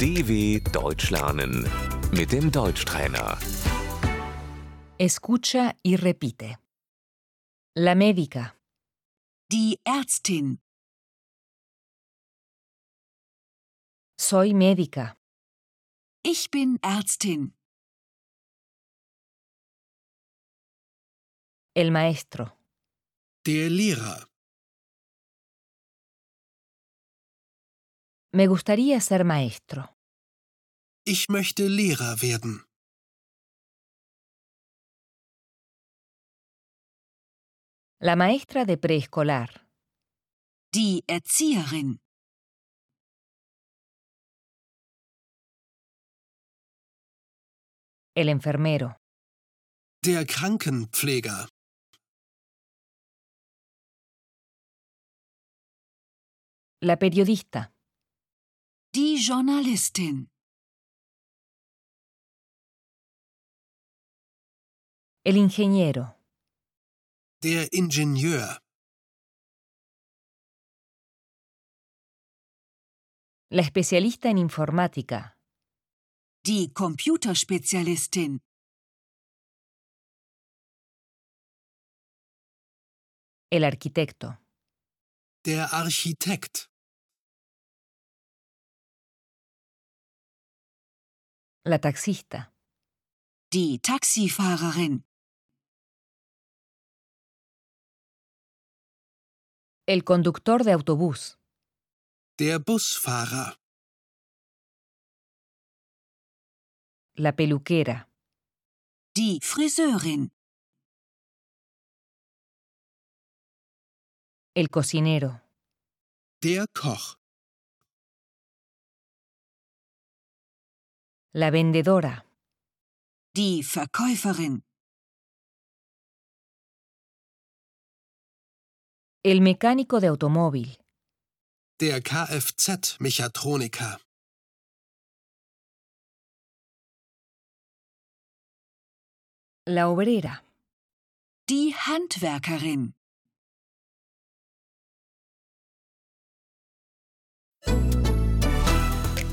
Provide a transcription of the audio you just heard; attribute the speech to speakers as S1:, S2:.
S1: DW Deutsch lernen mit dem Deutschtrainer.
S2: Escucha y repite. La médica,
S3: Die Ärztin.
S2: soy médica,
S3: Ich bin Ärztin.
S2: el maestro,
S4: Der Lehrer.
S2: me gustaría ser maestro,
S4: Ich möchte Lehrer werden.
S2: la maestra de preescolar,
S3: Die Erzieherin.
S2: el enfermero,
S4: Der Krankenpfleger.
S2: la periodista,
S3: Die Journalistin.
S2: el ingeniero,
S4: Der Ingenieur.
S2: la especialista en informática,
S3: Die Computerspezialistin.
S2: el arquitecto,
S4: Der Architekt.
S2: la taxista,
S3: Die Taxifahrerin.
S2: el conductor de autobús,
S4: Der Busfahrer.
S2: la peluquera,
S3: Die Friseurin.
S2: el cocinero,
S4: Der Koch.
S2: la vendedora,
S3: Die Verkäuferin.
S2: el mecánico de automóvil,
S4: Der Kfz-Mechatroniker.
S2: la obrera,
S3: Die Handwerkerin.